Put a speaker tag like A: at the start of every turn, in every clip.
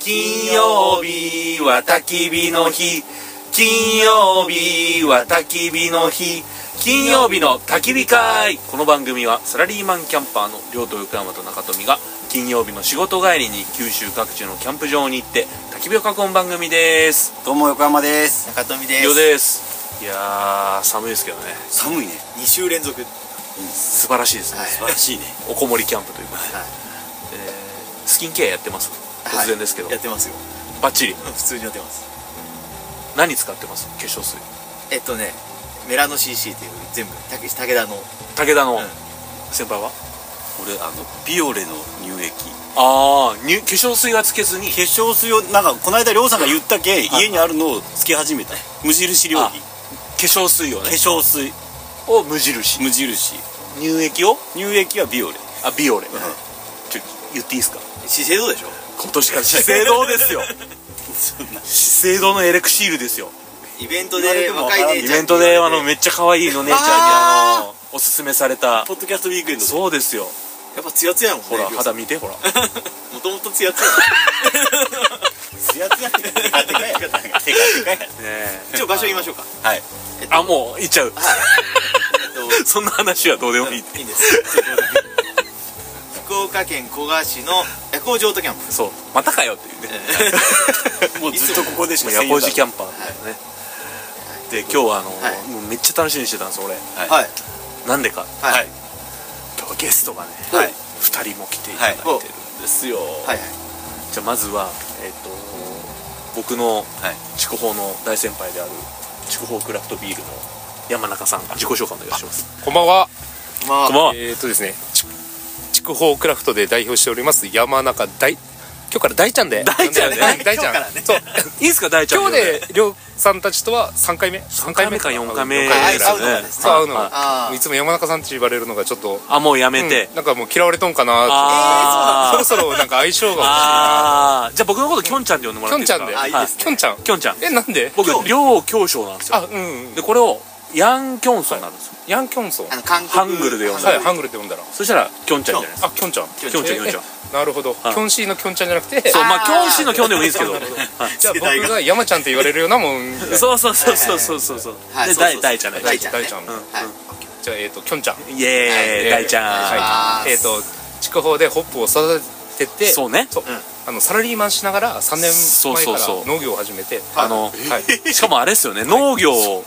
A: 金曜日は焚き火の日金曜日は焚き火の日金曜日の焚き火会この番組はサラリーマンキャンパーの両と横山と中富が金曜日の仕事帰りに九州各地のキャンプ場に行って焚き火を囲む番組です
B: どうも横山です
C: 中富で
A: よ
C: す
A: ですいやー寒いですけどね
B: 寒いね
C: 2週連続
A: 素晴らしいですね、
B: 素晴らしいね
A: おこもりキャンプということで、
B: はい
A: えースキンケアやってます突然ですけど、
C: やってますよ
A: バッチリ
C: 普通にやってます
A: 何使ってます化粧水
C: えっとねメラノ CC っていう全部たけし武田の
A: 武田の
C: うん
A: 先輩は、
B: 俺あのビオレの乳液
A: ああに化粧水はつけずに
B: 化粧水をなんかこの間りょうさんが言ったけ
A: はい
B: 家にあるのをつけ始めた無印良
A: あ
B: 品
A: 化粧水を
B: 化
A: ね
B: 粧水
A: を無印
B: 無印
A: 乳液を
B: 乳液はビオレ
A: あビオレ、ちょ言っていいですか
C: 資生堂でしょ
A: 今年から資生堂ですよ資生堂のエレクシールですよ
C: イベント
B: 言われ
C: で
B: ても
C: 若い
B: え
C: 姉
A: イ
C: ちゃん
A: ベ
C: に
A: ントで
C: 言
A: あ
C: われ
A: の
C: て
A: めっちゃ可愛いの姉ちゃんに
C: あ
A: あのおすすめされた
B: ポッドキャストウィークエンド
A: そうですよ
C: やっぱツヤツヤやもん
A: ほ
C: ね
A: ら
C: りょうさ
A: 肌
C: ん
A: 見てほら
C: もともとツヤツ
B: ツヤツヤってでかいで かいでかい
A: ね
C: ヤ一応場所言いましょうか
B: はい
C: えっと
A: あもう行っちゃう
C: えっと
A: そんな話はどうでもいい
C: いいんです 福岡県古賀市の夜光城とキャンプ
A: そうまたかよっていうね
B: もうずっとここでし
A: も
B: か
A: うヤポジキ
B: ャ
A: ャンパーだよね、で今日はあの、
C: はい
A: もうめっちゃ楽しみにしてたんです俺
B: はい
C: い
A: なんでか
B: は
C: はいい
A: 今日ゲストがね、
B: はい
A: 2人も来ていただいてるんですよ、
C: はいはい
A: じゃあまずはえっ、と僕の
B: はい
A: 筑豊の大先輩である筑豊クラフトビールの山中さん自己紹介お願いします
D: こんばんは。
C: まあ
A: こんばんは
D: えっ、とですね、ち筑豊クラフトで代表しております山中大、今日から大ちゃんで。
A: 大ちゃんね
D: 呼で大ちゃん。
C: 今日からね
D: そう。
A: いいですか大ち ゃん
D: 今日でりょうさんたちとは三回目。
A: 3
D: 三
A: 回目か4回目
D: 四
A: ぐらい
D: ぐ
C: あ
D: らい
C: そうなんです
D: そう会うの。
A: あ
C: あ
D: いつも山中さんって言われるのがちょっと。
A: あもうやめて、
D: うんなんかもう嫌われとんかな
A: あ
D: そ
A: ー
D: ろそろなんか相性が
A: あーじゃあ僕のこときょんちゃんって呼んでも
D: 欲しい
A: ら
D: きょ
A: ってい
D: ん
A: い
D: ち
A: ですか
D: ゃんで
C: あいいですね
D: きょんちゃん
A: きょんちゃん
D: えなんで
A: 僕両教匠なんですよ
D: あうん
A: でこれをヤン・キョンソンなんですよ、
D: ヤンキョンソン
C: あの韓国
A: ハングルで呼んだ
D: はい
C: 韓
D: ハン
C: 国
D: グルって呼んだら
A: そしたらキョンちゃんじゃないですか
D: あきょんちゃん
A: キョンちゃんキョンちゃん
D: なるほど、キョンシーのキョンちゃんじゃなくて
A: そうまあ
C: あー
A: キョンシーのキョンでもいいですけど
D: じゃあ
C: 世代が
D: 僕が山ちゃんって言われるようなもんみたいな
A: そうそうそうそうそうそうそう
C: はい
A: で
C: そうそう
A: 大
C: そう
A: 大ちゃんね
C: 大ちゃんね
D: 大ちゃん
A: うん
C: はい
D: じゃあえっ、ときょんちゃん
A: イエーイ
D: えー
A: 大ちゃん
C: は
D: はいいえっ、と筑豊でホップを育てて
A: そうね
D: そう、
C: うん
D: あのサラリーマンしながら3
A: そうそう
D: 年前
A: そう
D: から農業を始めて
A: あの
D: はい
A: しかもあれですよね農業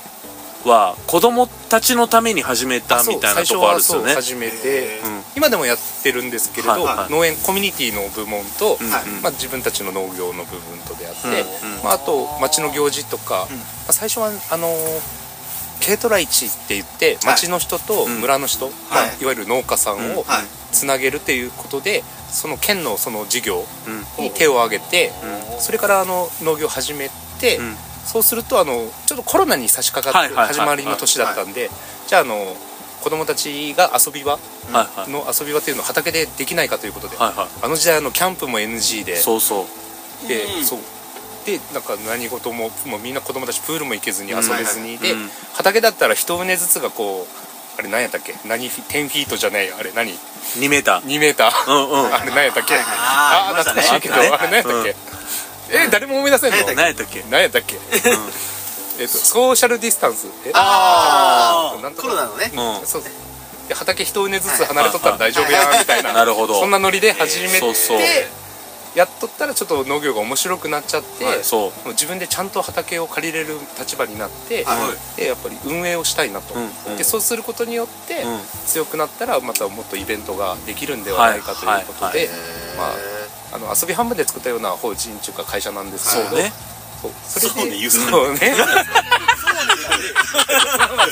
A: は子供たちのために始めたみたいなとこあるんですよね
D: そう最初はそう始めて、
A: うん
D: 今でもやってるんですけれど、
A: はいはい
D: 農園コミュニティの部門と、
A: うんうん
D: まあ、自分たちの農業の部分とであって、
A: うんうん
D: まあ、あと町の行事とか、
C: うん
D: まあ、最初はあのー軽トラ市って言って町の人と
A: うん
D: 村の人、まあ
C: はい
D: いわゆる農家さ
A: う
D: ん
A: ん
D: を
C: はい
D: つなげるということでその県のその事業
A: うん
D: に手を挙げて
A: う
D: それからあの農業を始めて、
A: うん
D: そうするとあのちょっとコロナに差し掛かって
A: はいはいはい
D: 始まりの年だったんでじゃああの子供たちが遊び場
A: はいはい
D: の遊び場っていうのを畑でできないかということで、
A: はいは
D: あの時代あのキャンプも NG で
A: いそうそう
D: で
C: うん
D: そうでなんか何事ももうみんな子供たちプールも行けずに遊べずに、
A: ん
D: で、
A: うん
D: 畑だったら一畝ずつがこうあれ何やったっけ何フィ10フィートじゃないあれ何
A: 2メーター
D: 2メーター
A: うんうん
D: あれ何やったっけ
C: はいはいあー
D: あー懐かしいけど
A: あ
D: あ
A: っ
D: れ
A: たね
D: 何やったっけえ誰も思い出せんの
A: 何やったっけ
D: 何やったっけえっとソーシャルディスタンスえ
C: あ
D: なん
C: あ
D: とか
C: コロナのね
A: うん
D: そうで畑一畝ずつ離れとったら大丈夫や
C: はい
D: みたいな
A: なるほど
D: そんなノリで始めて
A: そうそう
D: やっとったらちょっと農業が面白くなっちゃって
A: はいそ
D: もう自分でちゃんと畑を借りれる立場になって
C: は
D: でやっぱり運営をしたいなと
A: うんうん
D: でそうすることによって
A: うん
D: 強くなったらまたもっとイベントができるんではないかということ
A: はい
D: でまああの遊び半分で作ったような法人というか会社なんですけ
A: そ
D: ど
A: うね
D: そうそ
B: そうね言う
D: そ
B: そう
D: ね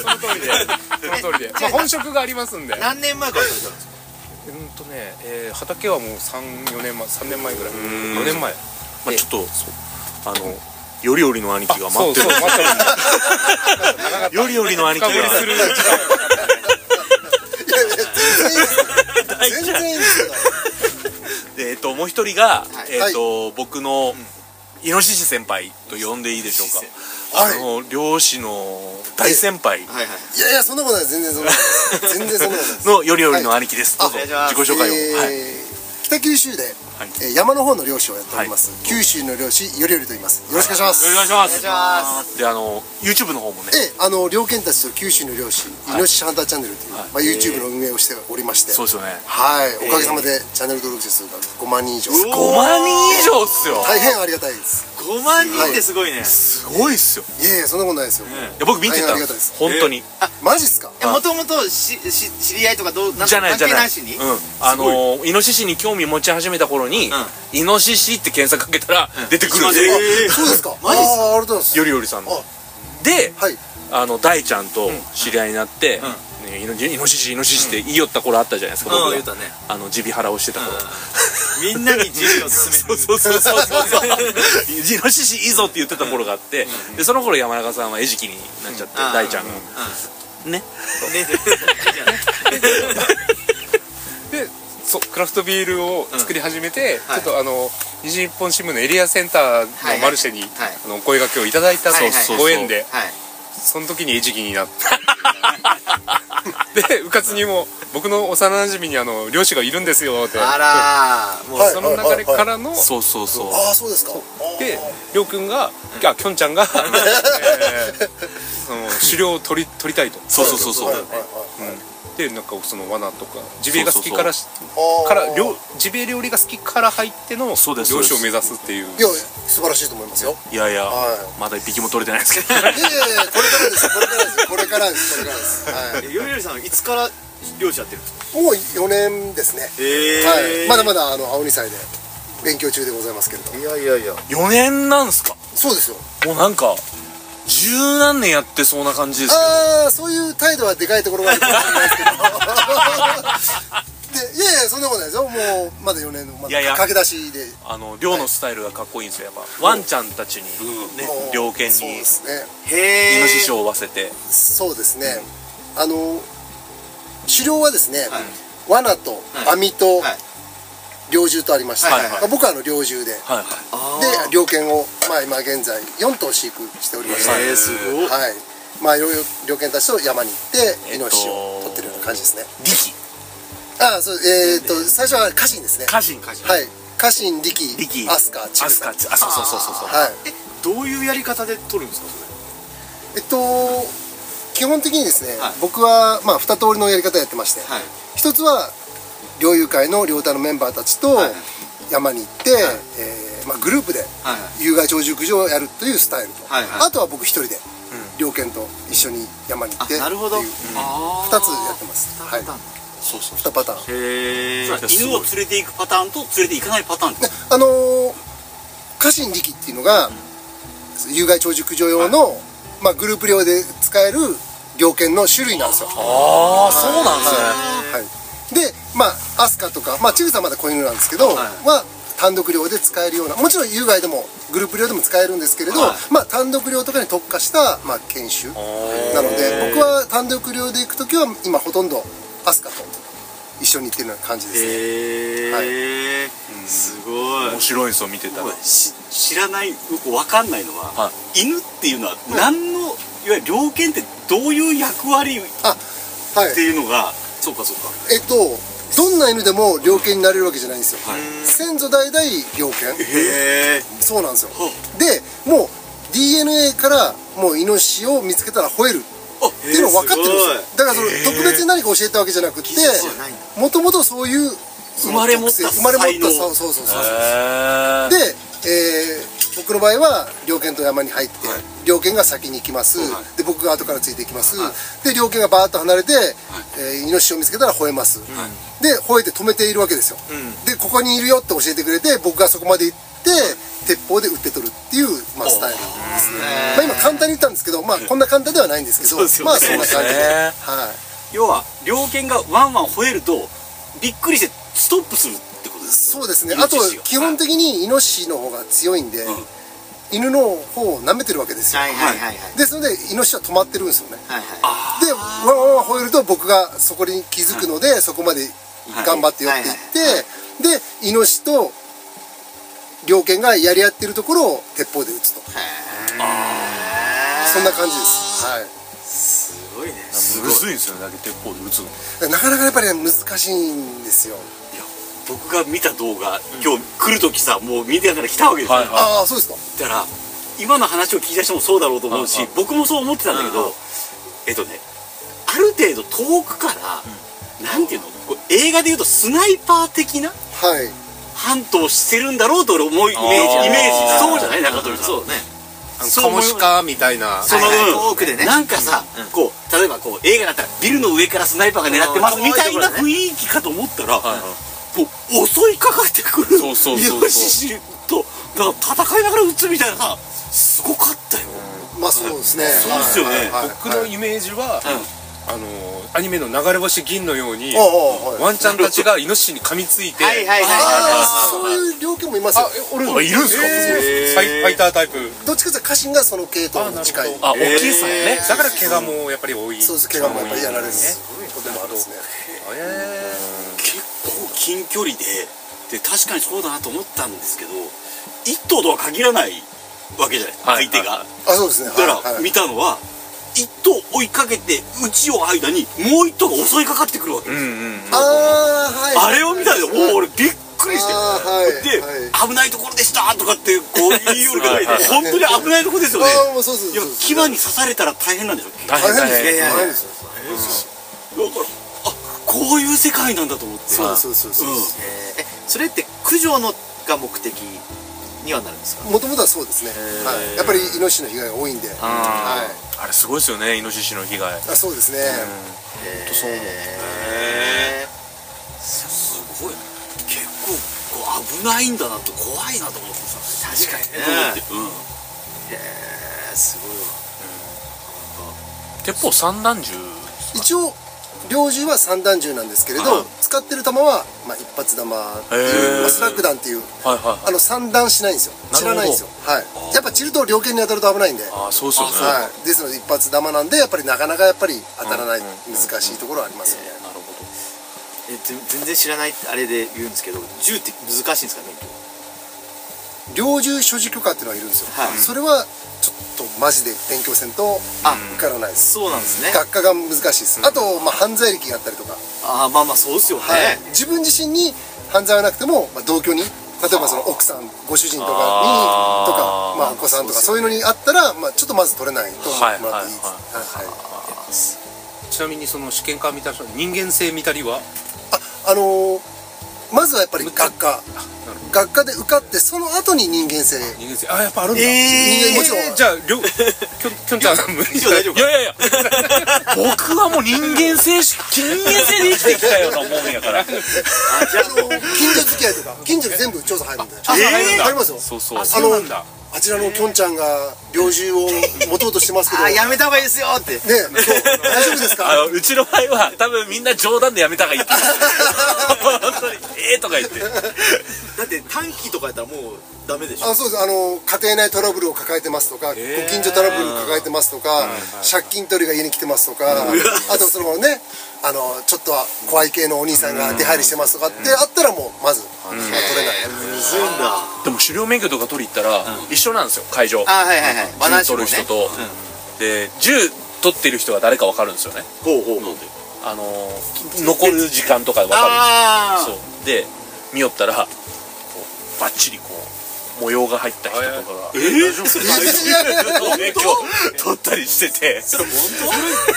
D: その通りでその通りで、まあ、本職がありますんで
C: 何年前からされたんですか
D: うんとね、えー畑はもう34年前3年前ぐらい
A: ん
D: 4年前
A: まあ
D: で
A: ちょっとあのよりよりの兄貴が待ってる
D: そうそう待ってる
A: よりよりの兄貴が
D: 深掘りする
A: 全然えっともう一人が、
C: い
A: えっ、と、僕の、イノシシ先輩と呼んでいいでしょうか。あの、漁師の大先輩
C: はいはい
E: いやいやそんなことない全然そんなことない全然そんなことないです
A: のよりよりの兄貴です。
C: はい
A: どうぞ
C: あ
A: 自己紹介を、
E: えー
A: はい。
E: 北九州で、
A: はい
E: えー山の方の漁師をやっております、九州の漁師よりよりと言いますよろしくお願いします、
A: よろしくお願いし
C: お願いし
A: ま
C: ます
A: であの YouTube の方もね
E: ええあの猟犬たちと九州の漁師、イノシシハンターチャンネルという、
A: はい
E: まあ、YouTube の運営をしておりまして、
A: そうですよね
E: はいおかげさまでチャンネル登録者数が5万人以上
A: 5万人以上っすよ
E: 大変ありがたいです
C: 5万人ってすごいね
A: すごいっすよ
E: いえいえそんなことないですよ、
A: いや僕見てたん
E: 大変あ
A: で
E: りがたいですす
A: 本当に
E: マジっすか
C: もともと知り合いとかどうなんか
A: じゃない
C: 関
A: じゃ
C: 係
A: な
C: ないいしに
A: うんあのーイノシシに興味持ち始めた頃に「イノシシ」って検索かけたら出てくるんですよ
C: え
E: そうですか
C: マジっす
E: あーありがとうございます
A: よりよりさんの
E: あ
A: で
E: はい
A: あの大ちゃんと知り合いになって「ねイノイノシシイノシシ」って言いよった頃あったじゃないですか
C: うん
A: 僕
C: 言う
A: が
C: たね
A: あの地ビハラをしてた頃
C: みんなに自由を進める
A: そうそうそうそうそうイノシシいいぞって言ってた頃があって、でその頃山中さんは餌食になっちゃって、
C: うん
A: 大ちゃんが、ね
C: ねじゃない
D: でそうクラフトビールを作り始めて、
C: はい
D: ちょっとあの西日本新聞のエリアセンターのマルシェに、
C: はい
D: あのお声掛けをいただいたと、
C: はいはいそうそう
D: ご縁で
C: はい
D: その時に餌食になったでうかつにも僕の幼馴染にあの漁師がいるんですよって
C: あらーもう
E: はい
D: その流れからの、
A: そうそうそう
E: ああそうですか
D: でりょうくんが、あきょんちゃんが、 えーその狩猟を取り取りたいと
A: そうそうそうそう、
E: はいはいはい
D: でなんかその罠とかジビエが好きからし
E: あー
D: から料ジビエ料理が好きから入っての漁師
A: そ
D: を
A: うです
D: 目指すっていう
E: いや素晴らしいと思 いますよ
A: いやいや、
E: は
A: まだ一匹も取れてないですけど
E: いやいやいやこれからですこれからですこれからですこれからですは
C: えよりよりさんいつから漁師やってるんですか
E: いもう4年ですねはいまだまだあの青二歳で勉強中でございますけれど
C: いやいやいや
A: 4年なんすか
E: そうですよ
A: もうなんか十何年やってそうな感じですけ
E: ああそういう態度はでかいところがあるかもしれないですけどでいやいやそんなことないですよもうまだ4年のま
A: いやいや
E: だ駆け出しで
A: どあの漁のスタイルがかっこいいんですよやっぱワンちゃんたちに、ね
E: もう
A: 猟犬に
E: そうですね
C: へえ
A: イノシシを追わせて、
E: そうですね、あの狩猟はですね、罠と網と
C: はい
E: 猟銃とありまして、
C: はいはいはい
E: まあ僕はあの猟銃で、
A: はいはい
E: で猟犬を、まあ、今現在4頭飼育しておりまして、
C: へーすごい
E: はいまあ、猟猟犬たちと山に行っ
A: えっと
E: てイノシシを取ってるような感じですね、
A: リキ
E: ああそうえー、っと最初は家臣ですね
A: 家臣家臣
E: はい家臣力
A: リキ
E: アスカチ
A: ア
E: ル
A: ス
E: さ
A: カ
E: ん
A: チあそうそうそうそうそう
E: はい
C: えどういうやり方で取るんですかそれ
E: えっと基本的にですね、
C: はい
E: 僕はまあ二通りのやり方やってまして、
C: はい
E: 一つは猟友会の猟隊のメンバーたちと
C: はい
E: 山に行って、えーまあ、グループで
C: はい
E: 有害鳥獣駆除をやるというスタイルと、
C: はいはい
E: あとは僕一人で猟犬と一緒に山に行って
C: あなるほど
E: っていう
C: あ
E: 二つやってますはい
A: そうそう
E: 二パターン
C: へえ
A: そう
F: 犬を連れていくパターンと連れていかないパターンって
E: ねあのー家臣力っていうのが、有害鳥獣駆除用の、まあ、グループ猟で使える猟犬の種類なんですよ
A: ああそうなんですね
E: はい、でまあアスカとか、まあ、チグさんはまだ子犬なんですけど、は単独猟で使えるようなもちろん有害でもグループ猟でも使えるんですけれど、まあ、単独猟とかに特化した、まあ、犬種なので僕は単独猟で行く時は今ほとんどアスカと一緒に行ってるような感じですね
C: へえすごい
A: 面白いんですよ見てたら
F: し知らない分かんないのは、
A: は
F: 犬っていうのは何の、いわゆる猟犬ってどういう役割っ
E: あはい
F: ていうのが、そうかそうか
E: えっとどんな犬でも猟犬になれるわけじゃないんですよ、先祖代々猟犬
C: へえ
E: そうなんですよ
F: は
E: でもう DNA からもうイノシシを見つけたら吠えるっていうの分かってるんですよ
C: へーす
E: だからその特別に何か教えたわけじゃなくて
C: じゃないんだ
E: もともとそういうそ
F: 生
E: の
F: まれ持った
E: 特性生まれ持った
F: 才
E: そ
F: 能
E: うそうそうそう
A: へ
E: で、えー僕の場合は猟犬と山に入って、猟犬が先に行きます、で僕が後からついていきます、で猟犬がバーッと離れて、えーイノシシを見つけたら吠えます、で吠えて止めているわけですよ、でここにいるよって教えてくれて僕がそこまで行って鉄砲で撃って取るっていう、まあ、スタイルですね、まあ、今簡単に言ったんですけど、まあ、こんな簡単ではないんですけど
F: そうですよね
E: まあそんな感じ
A: ね
E: で、はい
F: 要は猟犬がワンワン吠えるとびっくりしてストップするってことです
E: そうですね
F: イノ
E: あと
F: シシを
E: 基本的にイノシシの方が強いんで、犬の方を舐めてるわけですよ、
C: はいはいはいはい
E: ですのでイノシシは止まってるんですよね
C: はい
E: でワンワンワン吠えると僕がそこに気づくので、そこまで頑張って寄っていって、でイノシシと猟犬がやり合ってるところを鉄砲で撃つとそんな感じです、はい
C: すごいね
A: すごいんですよねだけ鉄砲で撃つの
E: なかなかやっぱりね難しいんですよ。
F: 僕が見た動画、今日来る時さもう見てながら来たわけですよ、
A: はいはい
E: ああそうですか
F: だから今の話を聞いた人もそうだろうと思うし、
A: はいは
F: 僕もそう思ってたんだけど、えっとねある程度遠くから、なんていうのこう映画でいうとスナイパー的な
E: はい
F: ハントをしてるんだろうと俺思うイメー
A: あ
F: ジ
A: ー
F: イメージそうじゃない中鳥さん
C: そうね
D: あの
F: そう
D: カ
F: 思い
D: モ
F: ます
D: シカみたいな
F: その、
C: はいはい
F: うん
C: 遠くでね
F: なんかさ、
C: うん
F: こう例えばこう映画だったらビルの上からスナイパーが狙ってます
C: うん
F: みたい
C: 遠い
F: な
C: ところ
F: 雰囲気かと思ったら、
A: はい
F: こう襲いかかってくる
A: そうそうそうそう
F: イノシシとなんか戦いながら撃つみたいなさすごかったよ、
E: まあそうですね
F: そうですよね
E: はいはい
D: 僕
E: はい
D: のイメージは、あのアニメの流れ星銀のように
E: ああ
D: ワ
E: はい
D: ンちゃんたちがイノシシに噛みついて
C: はいはいはい
E: ああ
C: は
E: そういう猟犬もいますよ
D: あえ俺
A: あいるんすか
D: えーファイファイタータイプ
E: どっちかというと家臣がその系統に近い
A: あ大きいさんやね
D: だから怪我もやっぱり多い
E: そうです怪我もやっぱりやられる
D: ね
E: こともあるんですね
D: え
F: 結構近距離でで確かにそうだなと思ったんですけど一頭とは限らないわけじゃない、
A: はい
F: 相手が、
E: あそうですねはい
F: だから
E: はい
F: 見たのは一頭追いかけて撃ちを間にもう一頭が襲いかかってくるわけ、
D: ーうんうん
E: ああはい
F: あれを見たらもう
E: はい
F: 俺びっくりして、
E: あーはい
F: で、
E: は
F: 危ないところでしたとかってこう言いよるけど
A: はいはい
F: 本当に危ないところですよね
E: ああもうそうそう
F: いや
E: そうそう
F: 牙に刺されたら大変なんでしょだ
A: 大
F: か
E: 大
A: 変
E: 変
A: 大
E: です
A: 変
E: ね
C: やいや
F: ら
E: 大変ですよ
F: あこういう世界なんだと思って
E: そうですそうですそ
C: いえーえそれ
F: ん
E: うですそうです
C: って駆除のが目的にはなるんですか
E: もともとはそうですね、はい、やっぱりイノシシの被害が多いんで、は
A: あ
E: い、
A: ーあれすごいですよねイノシシの被害
E: あそうですね、
C: とそう思う
F: すごいね結構こう危ないんだなって怖いなと思ってさ
C: 確かにね
F: うんうん
C: えーすごいわ
A: 鉄砲三弾銃
E: 一応猟銃は散弾銃なんですけれど、使ってる弾は、まあ、一発弾って
A: へ
E: い
A: ー
E: う、まあ、スラッグ弾っていう
A: はいはいはい
E: あの散弾しないんですよ
A: なるほど
E: 散らないんですよはいやっぱ散ると猟犬に当たると危ないんで
A: ああそうですよね
E: はい、ですので一発弾なんでやっぱりなかなかやっぱり当たらない難しいところはありますよね、
F: なるほど
C: えぜ全然知らないあれで言うんですけど銃って難しいんですかね
E: 猟銃所持許可っていうのがいるんですよ、
C: はい
E: それはちょっとマジで勉強せんと
C: あ
E: 受からないです
C: そうなんですね
E: 学科が難しいです、あと、まあ、犯罪歴があったりとか
C: あーまあまあそうですよね
E: はい、自分自身に犯罪はなくても、まあ、同居に例えばその奥さんご主人とかにと
A: あー
E: か、まあ、お子さんとかそういうのにあったら、まあ、ちょっとまず取れないと思ってもらっていいです、
A: はい
E: はいはい
D: ちなみにその試験管見た人人間性見たりは
E: あのーまずはやっぱり学科学科で受かってその後に人間性
D: 人間性あやっぱあるんだ、
E: 人間もちろん、
D: えーじゃありょきょきょんちゃん無理
C: 以上大丈夫
A: いやいやいや僕はもう人間性し人間性で生きてきたようなもんやから
C: あじゃあ
E: あの近所付き合いとか近所で全部調査入るんで、
D: そう入るんだ
E: 入りますよ
A: そうそう
E: あのあちらのきょんちゃんが猟銃を持とうとしてますけ ど
C: あーやめた方がいいですよって
E: ねえそう大丈夫ですか
A: あのうちの場合は多分みんな冗談でやめ たがいいって本当に「ええ」とか言って
C: だって短期とかやったらもうダメでしょ
E: あそうですあの家庭内トラブルを抱えてますとか、ご近所トラブルを抱えてますとか、借金取りが家に来てますとか、あとそのねあのちょっとは怖い系のお兄さんが出入りしてますとかってあったらもうまず、まあ取れない、
C: むずいんだあ
A: でも狩猟免許とか取り行ったら、一緒なんですよ会場
C: ーはいはいはい
A: 銃
C: 話
A: 取
C: も
A: る
C: ね
A: 人と、で銃取ってる人が誰か分かるんですよね
F: ほうほうなんで
A: あのー残る時間とか分かるん
C: あ
A: ですよそうで見よったらこうバッチリこう模様が入った人とかが
F: えー、それ大
E: いやいやいや
A: 免許を取ったりしてて
F: それ本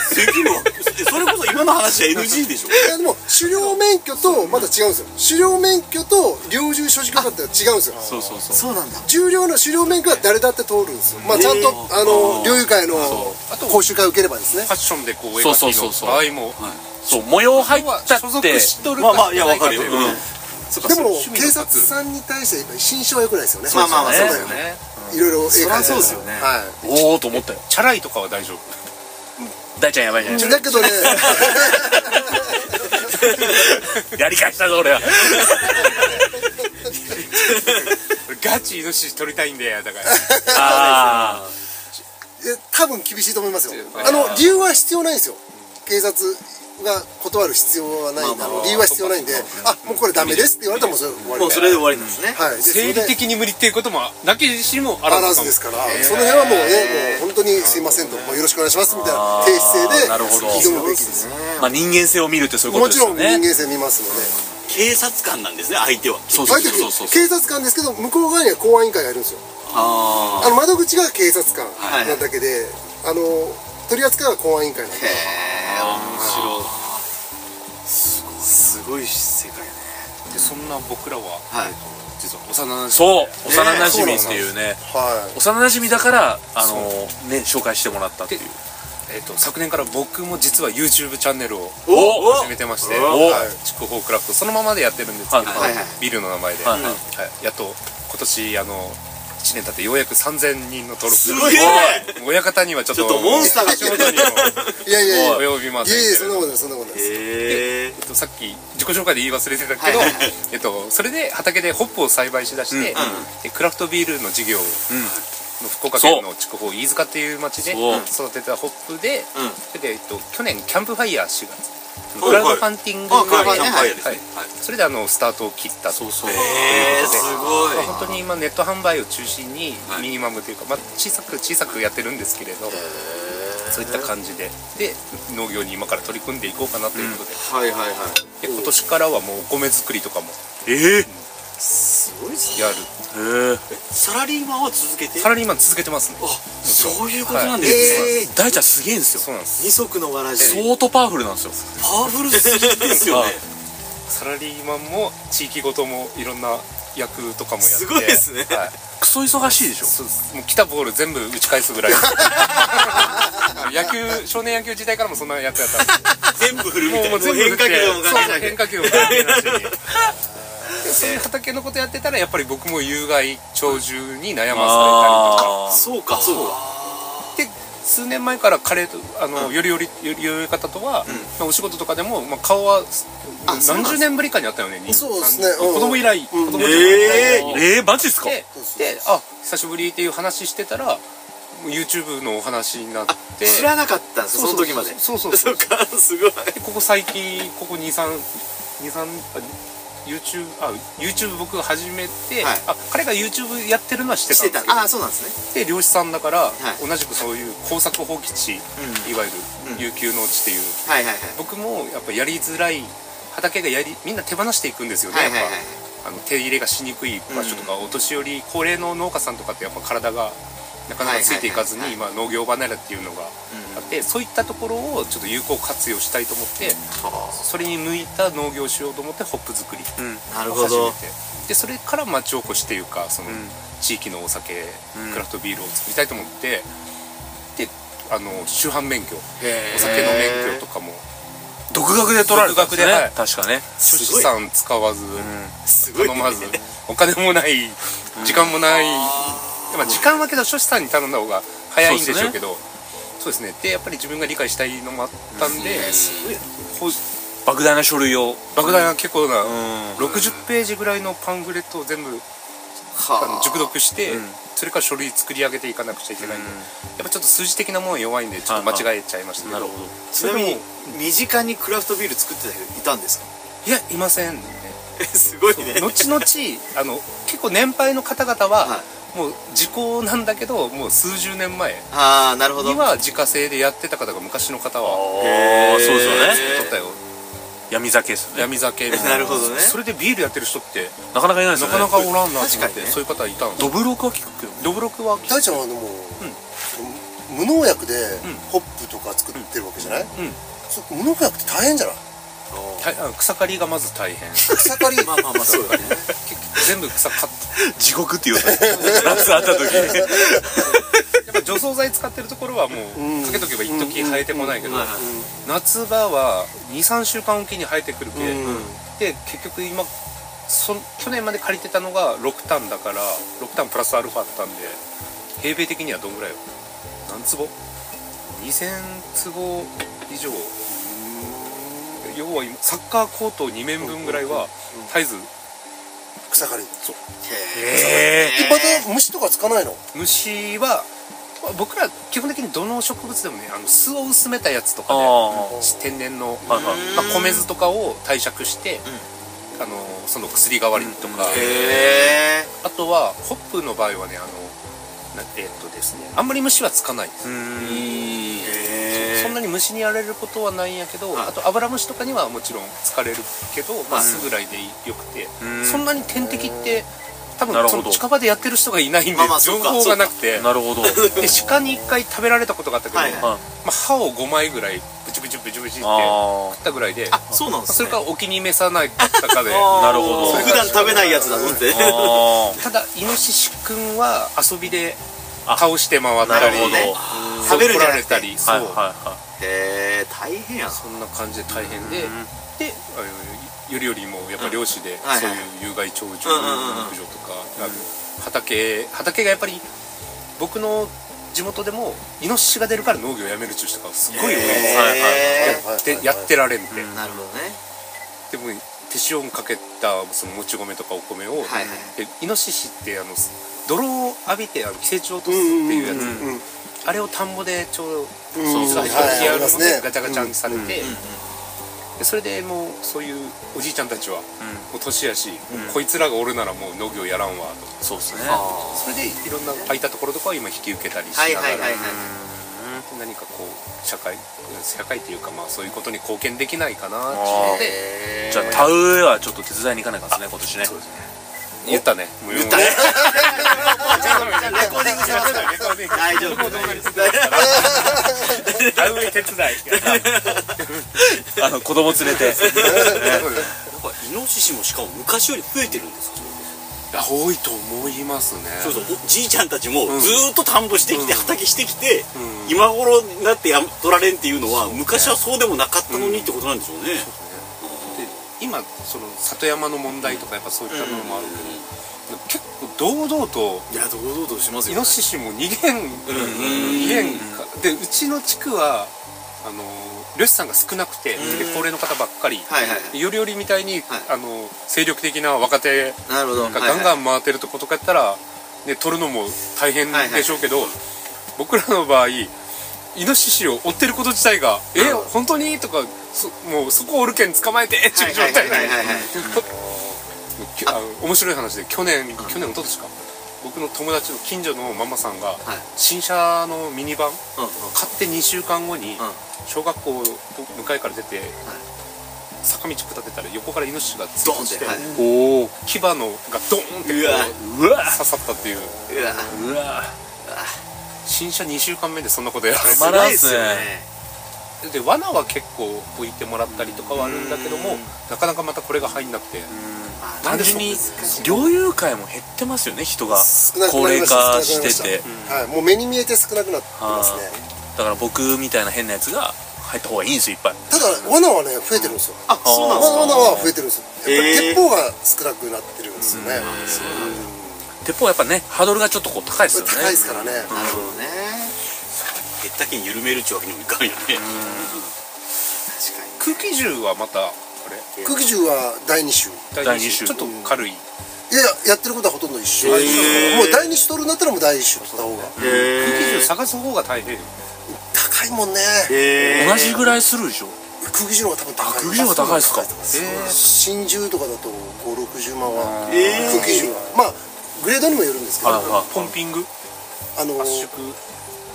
F: 当できるわそれこそ今の話は NG でしょ
E: いやでも狩猟免許とまた違うんですよ狩猟免許と猟銃所持許可って違うんですよ
A: そうそうそう
C: あそうなんだ
E: 重量の狩猟免許は誰だって通るんですよ、まあ、ちゃんと、あの猟友会の講習会を受ければですね
D: ファッションでこう絵
A: そう
D: 描
A: そう
D: き
A: そう
D: の
A: そう
D: 場合も
A: そう模様入った
D: 所
A: っ
D: 属
A: て
D: しとる
F: まあまあいやわかるよ、
D: う
F: うんん、
E: でも
D: 趣味
E: 警
D: の
E: 察さんに対してやっぱり心証は良くないですよね
C: まあまあまあ
E: そ
C: そうう
E: だ
C: だ
E: よ
C: よ
E: ね
C: ね
E: いろいろ絵描いたり
C: そりゃそうですよね
E: はい
A: おおと思ったよ
D: チャラいとかは大丈夫
A: 大ちゃんやばいじゃない
E: だ けどね
A: やり返したぞ俺は
D: 俺ガチイノシシ取りたいんだよだから
A: ああ
E: え多分厳しいと思いますよ
D: 強い
E: あの理由は必要ないんですよ警察が断る必要はない、あの理由は必要ないんであもうこれダメですって言われたらもうそれ終わ
C: もうそれで終わり
E: り
C: なんですね
E: はいです
D: 生理
E: ので
D: 的に無理っていうこともなきにしもあら
E: あ
D: ずからも
E: ずですからその辺はもうねもう本当にすいませんともうよろしくお願いしますみたいな低姿勢
A: なるほど
E: で挑むべきですよ
A: まあ人間性を見るってそういうこ
E: も
A: とで
E: ち
A: すよ
E: ろん人
A: ね
E: 間性見ますので
F: 警察官なんですね相手は
A: そうそう
E: 相手
A: そうそう
E: 警察官ですけど向こう側には公安委員会がいるんですよ
F: あ
E: あの窓口が警察官
F: はい
E: なだけで、あの取り扱いは公安委員会なんで
C: へえ面白いすごい世界ね
D: でそんな僕らは
C: はい
D: 実は幼なじみ
A: そう幼
C: ね
A: 馴染みっていうね
E: は
A: 幼馴染みだからあのね紹介してもらったっていう
D: えっと昨年から僕も実は YouTube チャンネルを
A: お
D: 始めてまして
A: お
D: はいチックホークラフトそのままでやってるんですけ
A: はい
D: ど
C: はいはい
D: ビルの名前で、
A: はい
D: うんはいやっと今年あの1年経ってようやく3000人の登録す
F: ごいね
D: 親方にはちょっと
F: ちょっとモンスターが
D: 足元にも
E: いいやいやいやいやい
D: 及びません
E: や
D: け
E: そ
D: れ
E: ん
D: ど
E: なことないそんなことない
F: へえ
D: えっとさっき自己紹介で言い忘れてたけど、
C: はい
D: えっと、それで畑でホップを栽培しだして、でクラフトビールの事業をの福岡県の筑豊飯塚っていう町で
A: そ
D: 育てたホップで、
F: ん
D: それで、えっと、去年キャンプファイヤー4月
F: はい
D: クラウドファンティングで、
C: あクラウド
F: は
C: ファン
F: い
C: ティング
F: はいですねはい
D: それであのスタートを切ったということで
F: へえすごい
D: まあ本当に今ネット販売を中心に
F: はい
D: ミニマムというか、まあ、小さく小さくやってるんですけれど、そういった感じでで農業に今から取り組んでいこうかなということで,、
C: はいはいはい
D: で今年からはもうお米作りとかも
A: ええ
F: すごいですね
D: やる
A: へえ
F: サラリーマンは続けて
D: サラリーマン続けてますね
F: あそういうことなんですね
D: は
A: 大ちゃんすげえんすよ
D: そうなんです
F: 二足のわらじ
A: 相当パワフルなんですよ
F: パワフルすぎで すよね
D: サラリーマンも地域ごともいろんな役とかもやって
F: すごいですね
D: はい
A: クソ忙しいでしょ
D: そうですもう来たボール全部打ち返すぐらい野球少年野球時代からもそんなやつやったんで
F: 全部振るみたい
D: もう
F: な
D: 全部
F: 変化球も
D: 打ってそう
F: 感じ
D: 変化球も関係なしにそういう畑のことやってたらやっぱり僕も有害鳥獣に悩まされたりとか
A: あ
F: そうかそうか
D: で数年前からカレーとあの、よりよりよりより方とは、まあ、お仕事とかでも、まあ、顔は何十年ぶりかにあったよねに
E: そうですね
D: あの
E: うん
D: 子供以来、子供以来
F: え
A: ーえーマジっすか
D: でであ久しぶりっていう話してたらもう YouTube のお話になって
C: 知らなかったんですその時まで
D: そうそう
F: ー
D: そ
F: そううかすごい
D: でここ最近ここ2323 YouTube, あ YouTube 僕が始めて、
C: はい
D: あ彼が YouTube やってるのは知ってたん
C: して
D: です
C: た
D: けど
C: ああそうなんですね
D: で漁師さんだから、
C: い
D: 同じくそういう耕作放棄地、いわゆる有給農地っていう、
C: はいはいはい
D: 僕もやっぱやりづらい畑がやりみんな手放していくんですよね、
C: はいはいはい
D: やっぱあの手入れがしにくい場所とか、お年寄り高齢の農家さんとかってやっぱ体がなかなかついていかずに、
C: はいはい
D: 今農業離れっていうのがあって、そういったところをちょっと有効活用したいと思って、それに向いた農業をしようと思ってホップ作りを始めて、
C: なるほど
D: でそれから町おこしっていうかその地域のお酒、クラフトビールを作りたいと思ってであの主犯免許お酒の免許とかも
A: 独学で取られたんですね
D: 独学ではい
A: 確かね
D: 書士さん使わず、
F: すごい
D: 頼まずお金もない時間もない、まあ、時間はけど書士さんに頼んだ方が早いんでしょうけどそうですねでやっぱり自分が理解したいのもあったんで、こう
A: 莫大な書類を
D: 莫大な結構な、
A: ん
D: 60ページぐらいのパンフレットを全部あの熟読して、それから書類作り上げていかなくちゃいけないんで、やっぱちょっと数字的なもの弱いんでちょっと間違えちゃいましたけど、
A: なるほど
C: ちなみに身近にクラフトビール作ってた人いたんですか
D: いやいませんね
F: え すごいね
D: 後々あの結構年配の方々は、
C: は
D: もう時効なんだけどもう数十年前に
C: ああなるほど
D: は自家製でやってた方が昔の方は
A: ああそうですよね
D: 撮ったよ
A: 闇酒ですね
D: 闇酒みたいな
C: なるほどね
D: それでビールやってる人って
A: なかなかいないです
D: な
A: よね
D: かなかおらんなと
C: 確
D: 思
C: か
D: っ
C: に
D: て、
C: ね
D: そういう方いたんで
A: ドブロクは聞くけど
D: どぶろくは
E: 大ちゃんはあのもう、無農薬でホップとか作ってるわけじゃない、
D: ん
E: そ無農薬って大変じゃない
D: たあの草刈りがまず大変
E: 草刈り
C: まあまあまあそうだね
D: 結局全部草刈って
A: 地獄って言う の夏あった時に
D: やっぱ除草剤使ってるところはもうかけとけば一時生えてこないけど夏場は23週間おきに生えてくるけで結局今そ去年まで借りてたのが6単だから6単プラスアルファだったんで平米的にはどんぐらいよ何坪 ?2000 坪以上要は今サッカーコート2面分ぐらいは絶えず
E: 草刈り
A: え
E: えまた虫とかつかないの
D: 虫は僕ら基本的にどの植物でもねあの巣を薄めたやつとかね
A: あ
D: 天然の、
A: あはい
D: ま
A: はい
D: あ、米酢とかを貸借して、あのその薬代わりとか、
C: へえ
D: あとはホップの場合はねあのなえっとですねあんまり虫はつかないんです、
A: うーん
D: そんなに虫にやられることはないんやけど、
F: はい
D: あとアブラムシとかにはもちろん疲れるけど、まあ、すぐらいでよくて、そんなに天敵って多
A: なるほ
D: 分そ
A: ど
D: の近場でやってる人がいないんで、
F: まあまあそ
D: 情
F: うか
D: 報がなくて
A: なる ほど
D: で鹿に1回食べられたことがあったけど、
F: はいはい
D: まあ、歯を5枚ぐらいブチブチブチブチって食
A: あ
D: ったぐらいで
F: あそうなんですね
D: それからお気に召さなかったかで
A: ーなるほど
F: 普段食べないやつだぞって
A: ーあ
D: ただイノシシくんは遊びで倒して回っ
A: ーな
D: た
A: る
D: り
A: ほど
F: ね
D: 怒
F: 食べるんじゃ
D: ら
F: な
D: れ
F: くて
D: たりそう、
A: はいはいはい
F: へえ大変やな
D: そんな感じで大変で、
A: うん
D: であのよりよりもやっぱ漁師で、
F: はい
D: そう
F: はい
D: いう有害鳥獣
F: うんうんうん
D: 牧場とか、あの畑畑がやっぱり僕の地元でもイノシシが出るから農業やめる中人がすごい多いんですよ、
A: はい
F: へー
E: はいはい
D: でやってられんて、
A: うん
F: なるほどね
D: でも手塩かけたそのもち米とかお米を、
F: はいはい
D: でイノシシってあの泥を浴びてあの寄生虫を落とすっていうやつ、
A: うんうん
E: うん
D: あれを田んぼでちょうど
E: うん
D: 水が
E: はい
D: 引っ張ってやる
E: ありま
D: の
E: す
D: で
E: ね
D: ガチャガチャにされて、
F: うん
D: でそれでもうそういうおじいちゃんたちは、
A: ん
D: もう年やし、
A: ん
D: こいつらがおるならもう農業やらんわと
A: そうですね
F: あ
D: それでいろんな空いたところとかを今引き受けたりし
F: ーはい
D: なが
F: はいはい
D: ら
F: はい
D: 何かこう社会社会というかまあそういうことに貢献できないかなって
A: あ
D: いうので
F: へ
A: じ
F: ー
A: ゃあ田植えはちょっと手伝いに行かないかんですね今年ね
D: 言ったね言ったね
F: レコーディングしてますから大丈夫
D: 田植え手伝い
A: あの子供連れて
F: やっぱイノシシもしかも昔より増えてるんですか
D: 多いと思いますね
F: そうそうおじいちゃんたちもずーっと田んぼしてきて畑してきて
D: うん
F: 今頃になってや取られんっていうのは昔はそうでもなかったのにってことなんでしょうね
D: で今その里山の問題とかやっぱそういったものもあるけど、結構堂々と
F: いや堂々とします
D: イノシシも2軒、2軒かでうちの地区はあの漁師さんが少なくて、で高齢の方ばっかり、
F: はいはいは
D: よりよりみたい
F: は
D: に、
F: い
D: あの精力的な若手
F: なるほど
D: がガン
F: は
D: ガン回ってるとことかやったら、ね、取るのも大変でしょうけど、僕らの場合イノシシを追ってること自体が「え本当に?」とかそもうそこをおるけん捕まえてっていう状態
F: いはいはい
D: で
F: はいはい
D: きょあの面白い話で去年去年一昨年か僕の友達の近所のママさんが新車のミニバン
F: うんうん
D: 買って2週間後
F: う
D: に
F: ん
D: 小学校向かいから出て坂道下ってたら横からイノシシが突
F: ド
D: っ
F: ーン
D: 込
F: っ
D: ん
F: て
D: で
F: は
A: おお
D: 牙のがドーンってこう
F: うわ
A: うわ
D: 刺さったっていう
F: いうわ
A: うわ
D: 新車2週間目でそんなことやられ
A: たまらんっすね
D: てで罠は結構置いてもらったりとかはあるんだけどもなかなかまたこれが入んなくて
A: 単純に猟友会も減ってますよね人が
E: 少なく
A: 高
E: なり
A: 齢
E: ました
A: 化してて
E: はいもう目に見えて少なくなってますね
A: だから僕みたいな変なやつが入った方がいいんですよいっぱい
E: ただ罠はね増えてるんですよ
F: あそうなん
E: 罠
F: ですか
E: は増えてるんですよやっぱ
F: へ
E: り
F: ー
E: 鉄砲が少なくなってるんですよね
A: 鉄砲はやっぱねハードルがちょっとこう高いですよね
E: 高いですからね
F: なるほどね減ったけん緩めるっちゅうわけにもいかんよね
D: 空気銃はまたこれ
E: 空気銃は第2種い
A: 第二種
D: ちょっと軽い
E: やいややってることはほとんど一緒もう第2種取るんだったらもう第1種取った方が
F: へ
D: 空気銃探す方が大変
E: 高いもんね
F: え
A: 同じぐらいするでしょ
E: 空気銃の方が多分高い
A: 空気銃の方が高いっすか
E: 真珠とかだと560万は
F: え
E: 空気銃はまあグレードにもよるんですけど
A: はいは
D: ポンピング
E: あの
D: 圧縮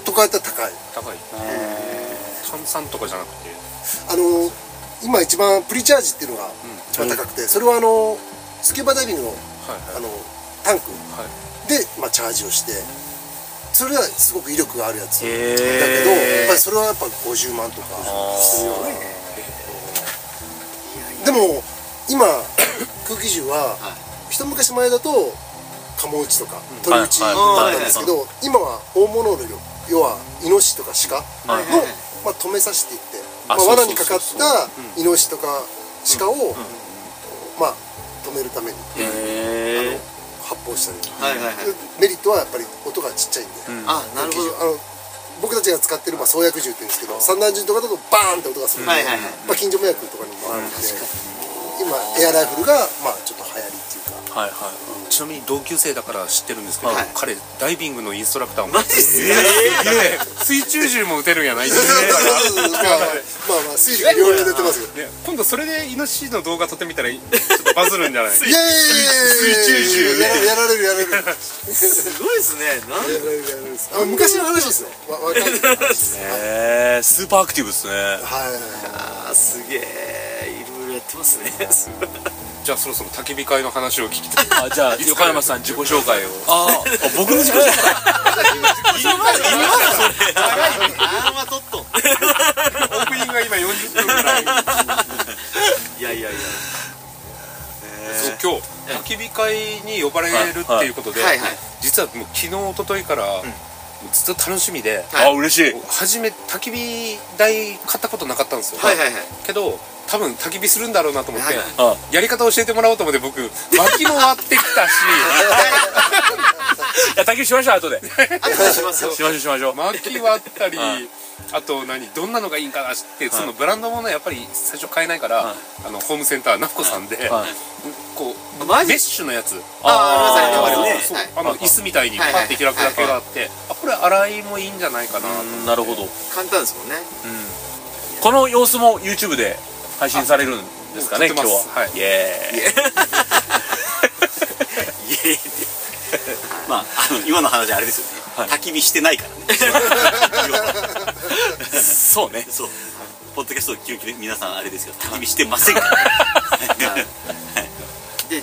E: とかやったら高い
D: 高い炭酸とかじゃなくて
E: あの今一番プリチャージっていうのが一番高くて、それはあのスキューバダイビングの
D: はい
E: あ
D: はい
E: のタンク
D: はい
E: で、まあ、チャージをしてそれはすごく威力があるやつだけど
A: へー
E: やっぱりそれはやっぱ50万とかするようなでも今 空気銃は一昔前だと鴨打ちとか鳥打ちだったんですけど今は大物の量要はイノシシとか鹿の、
F: はいはいはい
E: まあ、止めさせていって、ま
A: あ
E: あ、
A: そうそう
E: 罠にかかったイノシシとか鹿を、まあ、止めるために
F: へえ
E: 発砲したりとか
F: はいはいはい
E: メリットはやっぱり音がちっちゃいんで、
F: あなるほど
E: あの僕たちが使ってる、まあ、創薬銃って言うんですけど散弾銃とかだとバーンって音がするんで、
F: はいはいはい
E: まあ、近所 迷惑とかにもあるんで、今エアライフルが、まあ、ちょっと流行りっていうか
A: いはいはい
D: ちなみに同級生だから知ってるんですけど、
F: はい
D: 彼ダイビングのインストラクターも
F: マジっすか
D: で水中銃も撃てるんやないってね
E: まあまあまあ推理が両面出てますよ
D: ね今度それでイノシシの動画撮ってみたらちょっとバズるんじゃない
E: イエーイ
F: 水中銃
E: やらやられるやられるやら
C: すごいですねなん
E: れるやられるですあ昔の話ですよわ若い時の話ですはい
A: えー、スーパーアクティブですね
E: は
F: あすげえいろいろやってますね
D: じゃあそろそろ焚き火会の話を聞き たい
A: あじゃあ横山さん自己紹介を
F: ああ 僕の自己紹介
C: あんまとっとん
D: オープニングが今40分ぐらい
F: いやいやいや
D: そう今日焚き火会に呼ばれるっていうことで、
C: はいはい
D: 実はもう昨日一昨日から、もうずっと楽しみで、
C: はい
A: あ嬉しい
D: 初め焚き火台買ったことなかったんですよ、
C: はいはいはい
D: けど多分焚き火するんだろうなと思って、
C: はいはい
A: あ
D: やり方教えてもらおうと思って僕薪も割ってき たし
A: いや焚き火しましょう 後でし
C: あとでしますよ
A: ましょうしましょう
D: 薪割ったり
A: うん
D: あと何どんなのがいいんかなってそのブランドものはやっぱり最初買えないから、あのホームセンターナフコさんで、
A: はい
D: こうメ
C: マ
D: ッ
C: ジ
D: シュのやつ
C: あーありますあります
A: ー
C: ね
D: そう
C: はい
D: あの椅子みたいにパッて開くだけがあってあこれ洗いもいいんじゃないかなと
A: うんなるほど
C: 簡単ですもんね
A: この様子も YouTube で配信されるんですかね
D: あ撮
A: 今
D: っ
A: 日
D: てます
A: は、
D: はい
A: イエーイ
F: イエーイってまああの今の話あれですよね、焚き火してないからね
A: そうね
F: そうポッドキャストを聞き皆さんあれですよ焚き火してませんから
C: で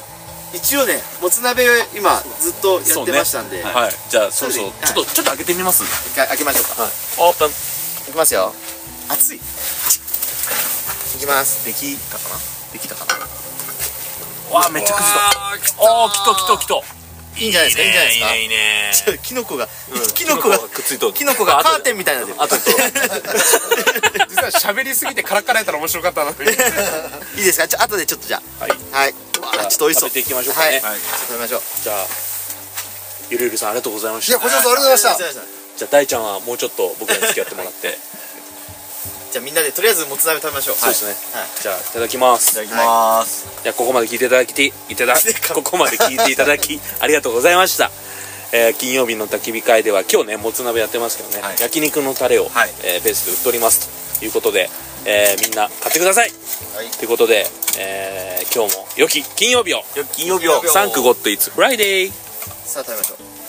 C: 一応ねもつ鍋今ずっとやってましたんで
A: はい、じゃあそろそろ
C: はい
A: ちょっとちょっと開けてみます
C: 一回開けましょうか
A: オープン
C: いきますよ
F: 熱い
C: いきます
A: できたかなできたかなわあめっちゃくずだおおー来た来た来た
C: いいんじゃないですかいいんじゃないです
A: いい
C: か
A: ねいいね
C: ちょ キノコがキノコが
A: くっついとる
C: キノコがカーテンみたいになってる
D: 実は喋りすぎてからからやったら面白かったなっ て
C: いいですかちょ後でちょっとじゃあ
A: はい
C: はいわあちょっと美味しそ
A: 食べ
C: う
A: ていきましょうかね
C: はいちょっと食べましょう
A: じゃあゆるゆるさんありがとうございま
E: いい
A: し
E: や
A: た
E: こちらこそありがとうございました
C: いまし
A: じゃあ大ちゃんはもうちょっと僕らに付き合ってもらって
C: たじゃあみんなでとりあえずもつ鍋食べましょう
A: そうですねじゃあいただきます
C: はいいただきます
F: ます
A: じゃあここまで聞いていただきていただここまで聞いていただき ありがとうございました、えー金曜日の焚き火会では今日ねもつ鍋やってますけどね、
F: はい
A: 焼肉のタレを、
F: はい
A: えーベースで売っておりますということで、えーみんな買ってください、ということで、えー今日も良き金曜日を
F: 金曜日を
A: サンクゴッドイツフライデー
C: さあ食べましょう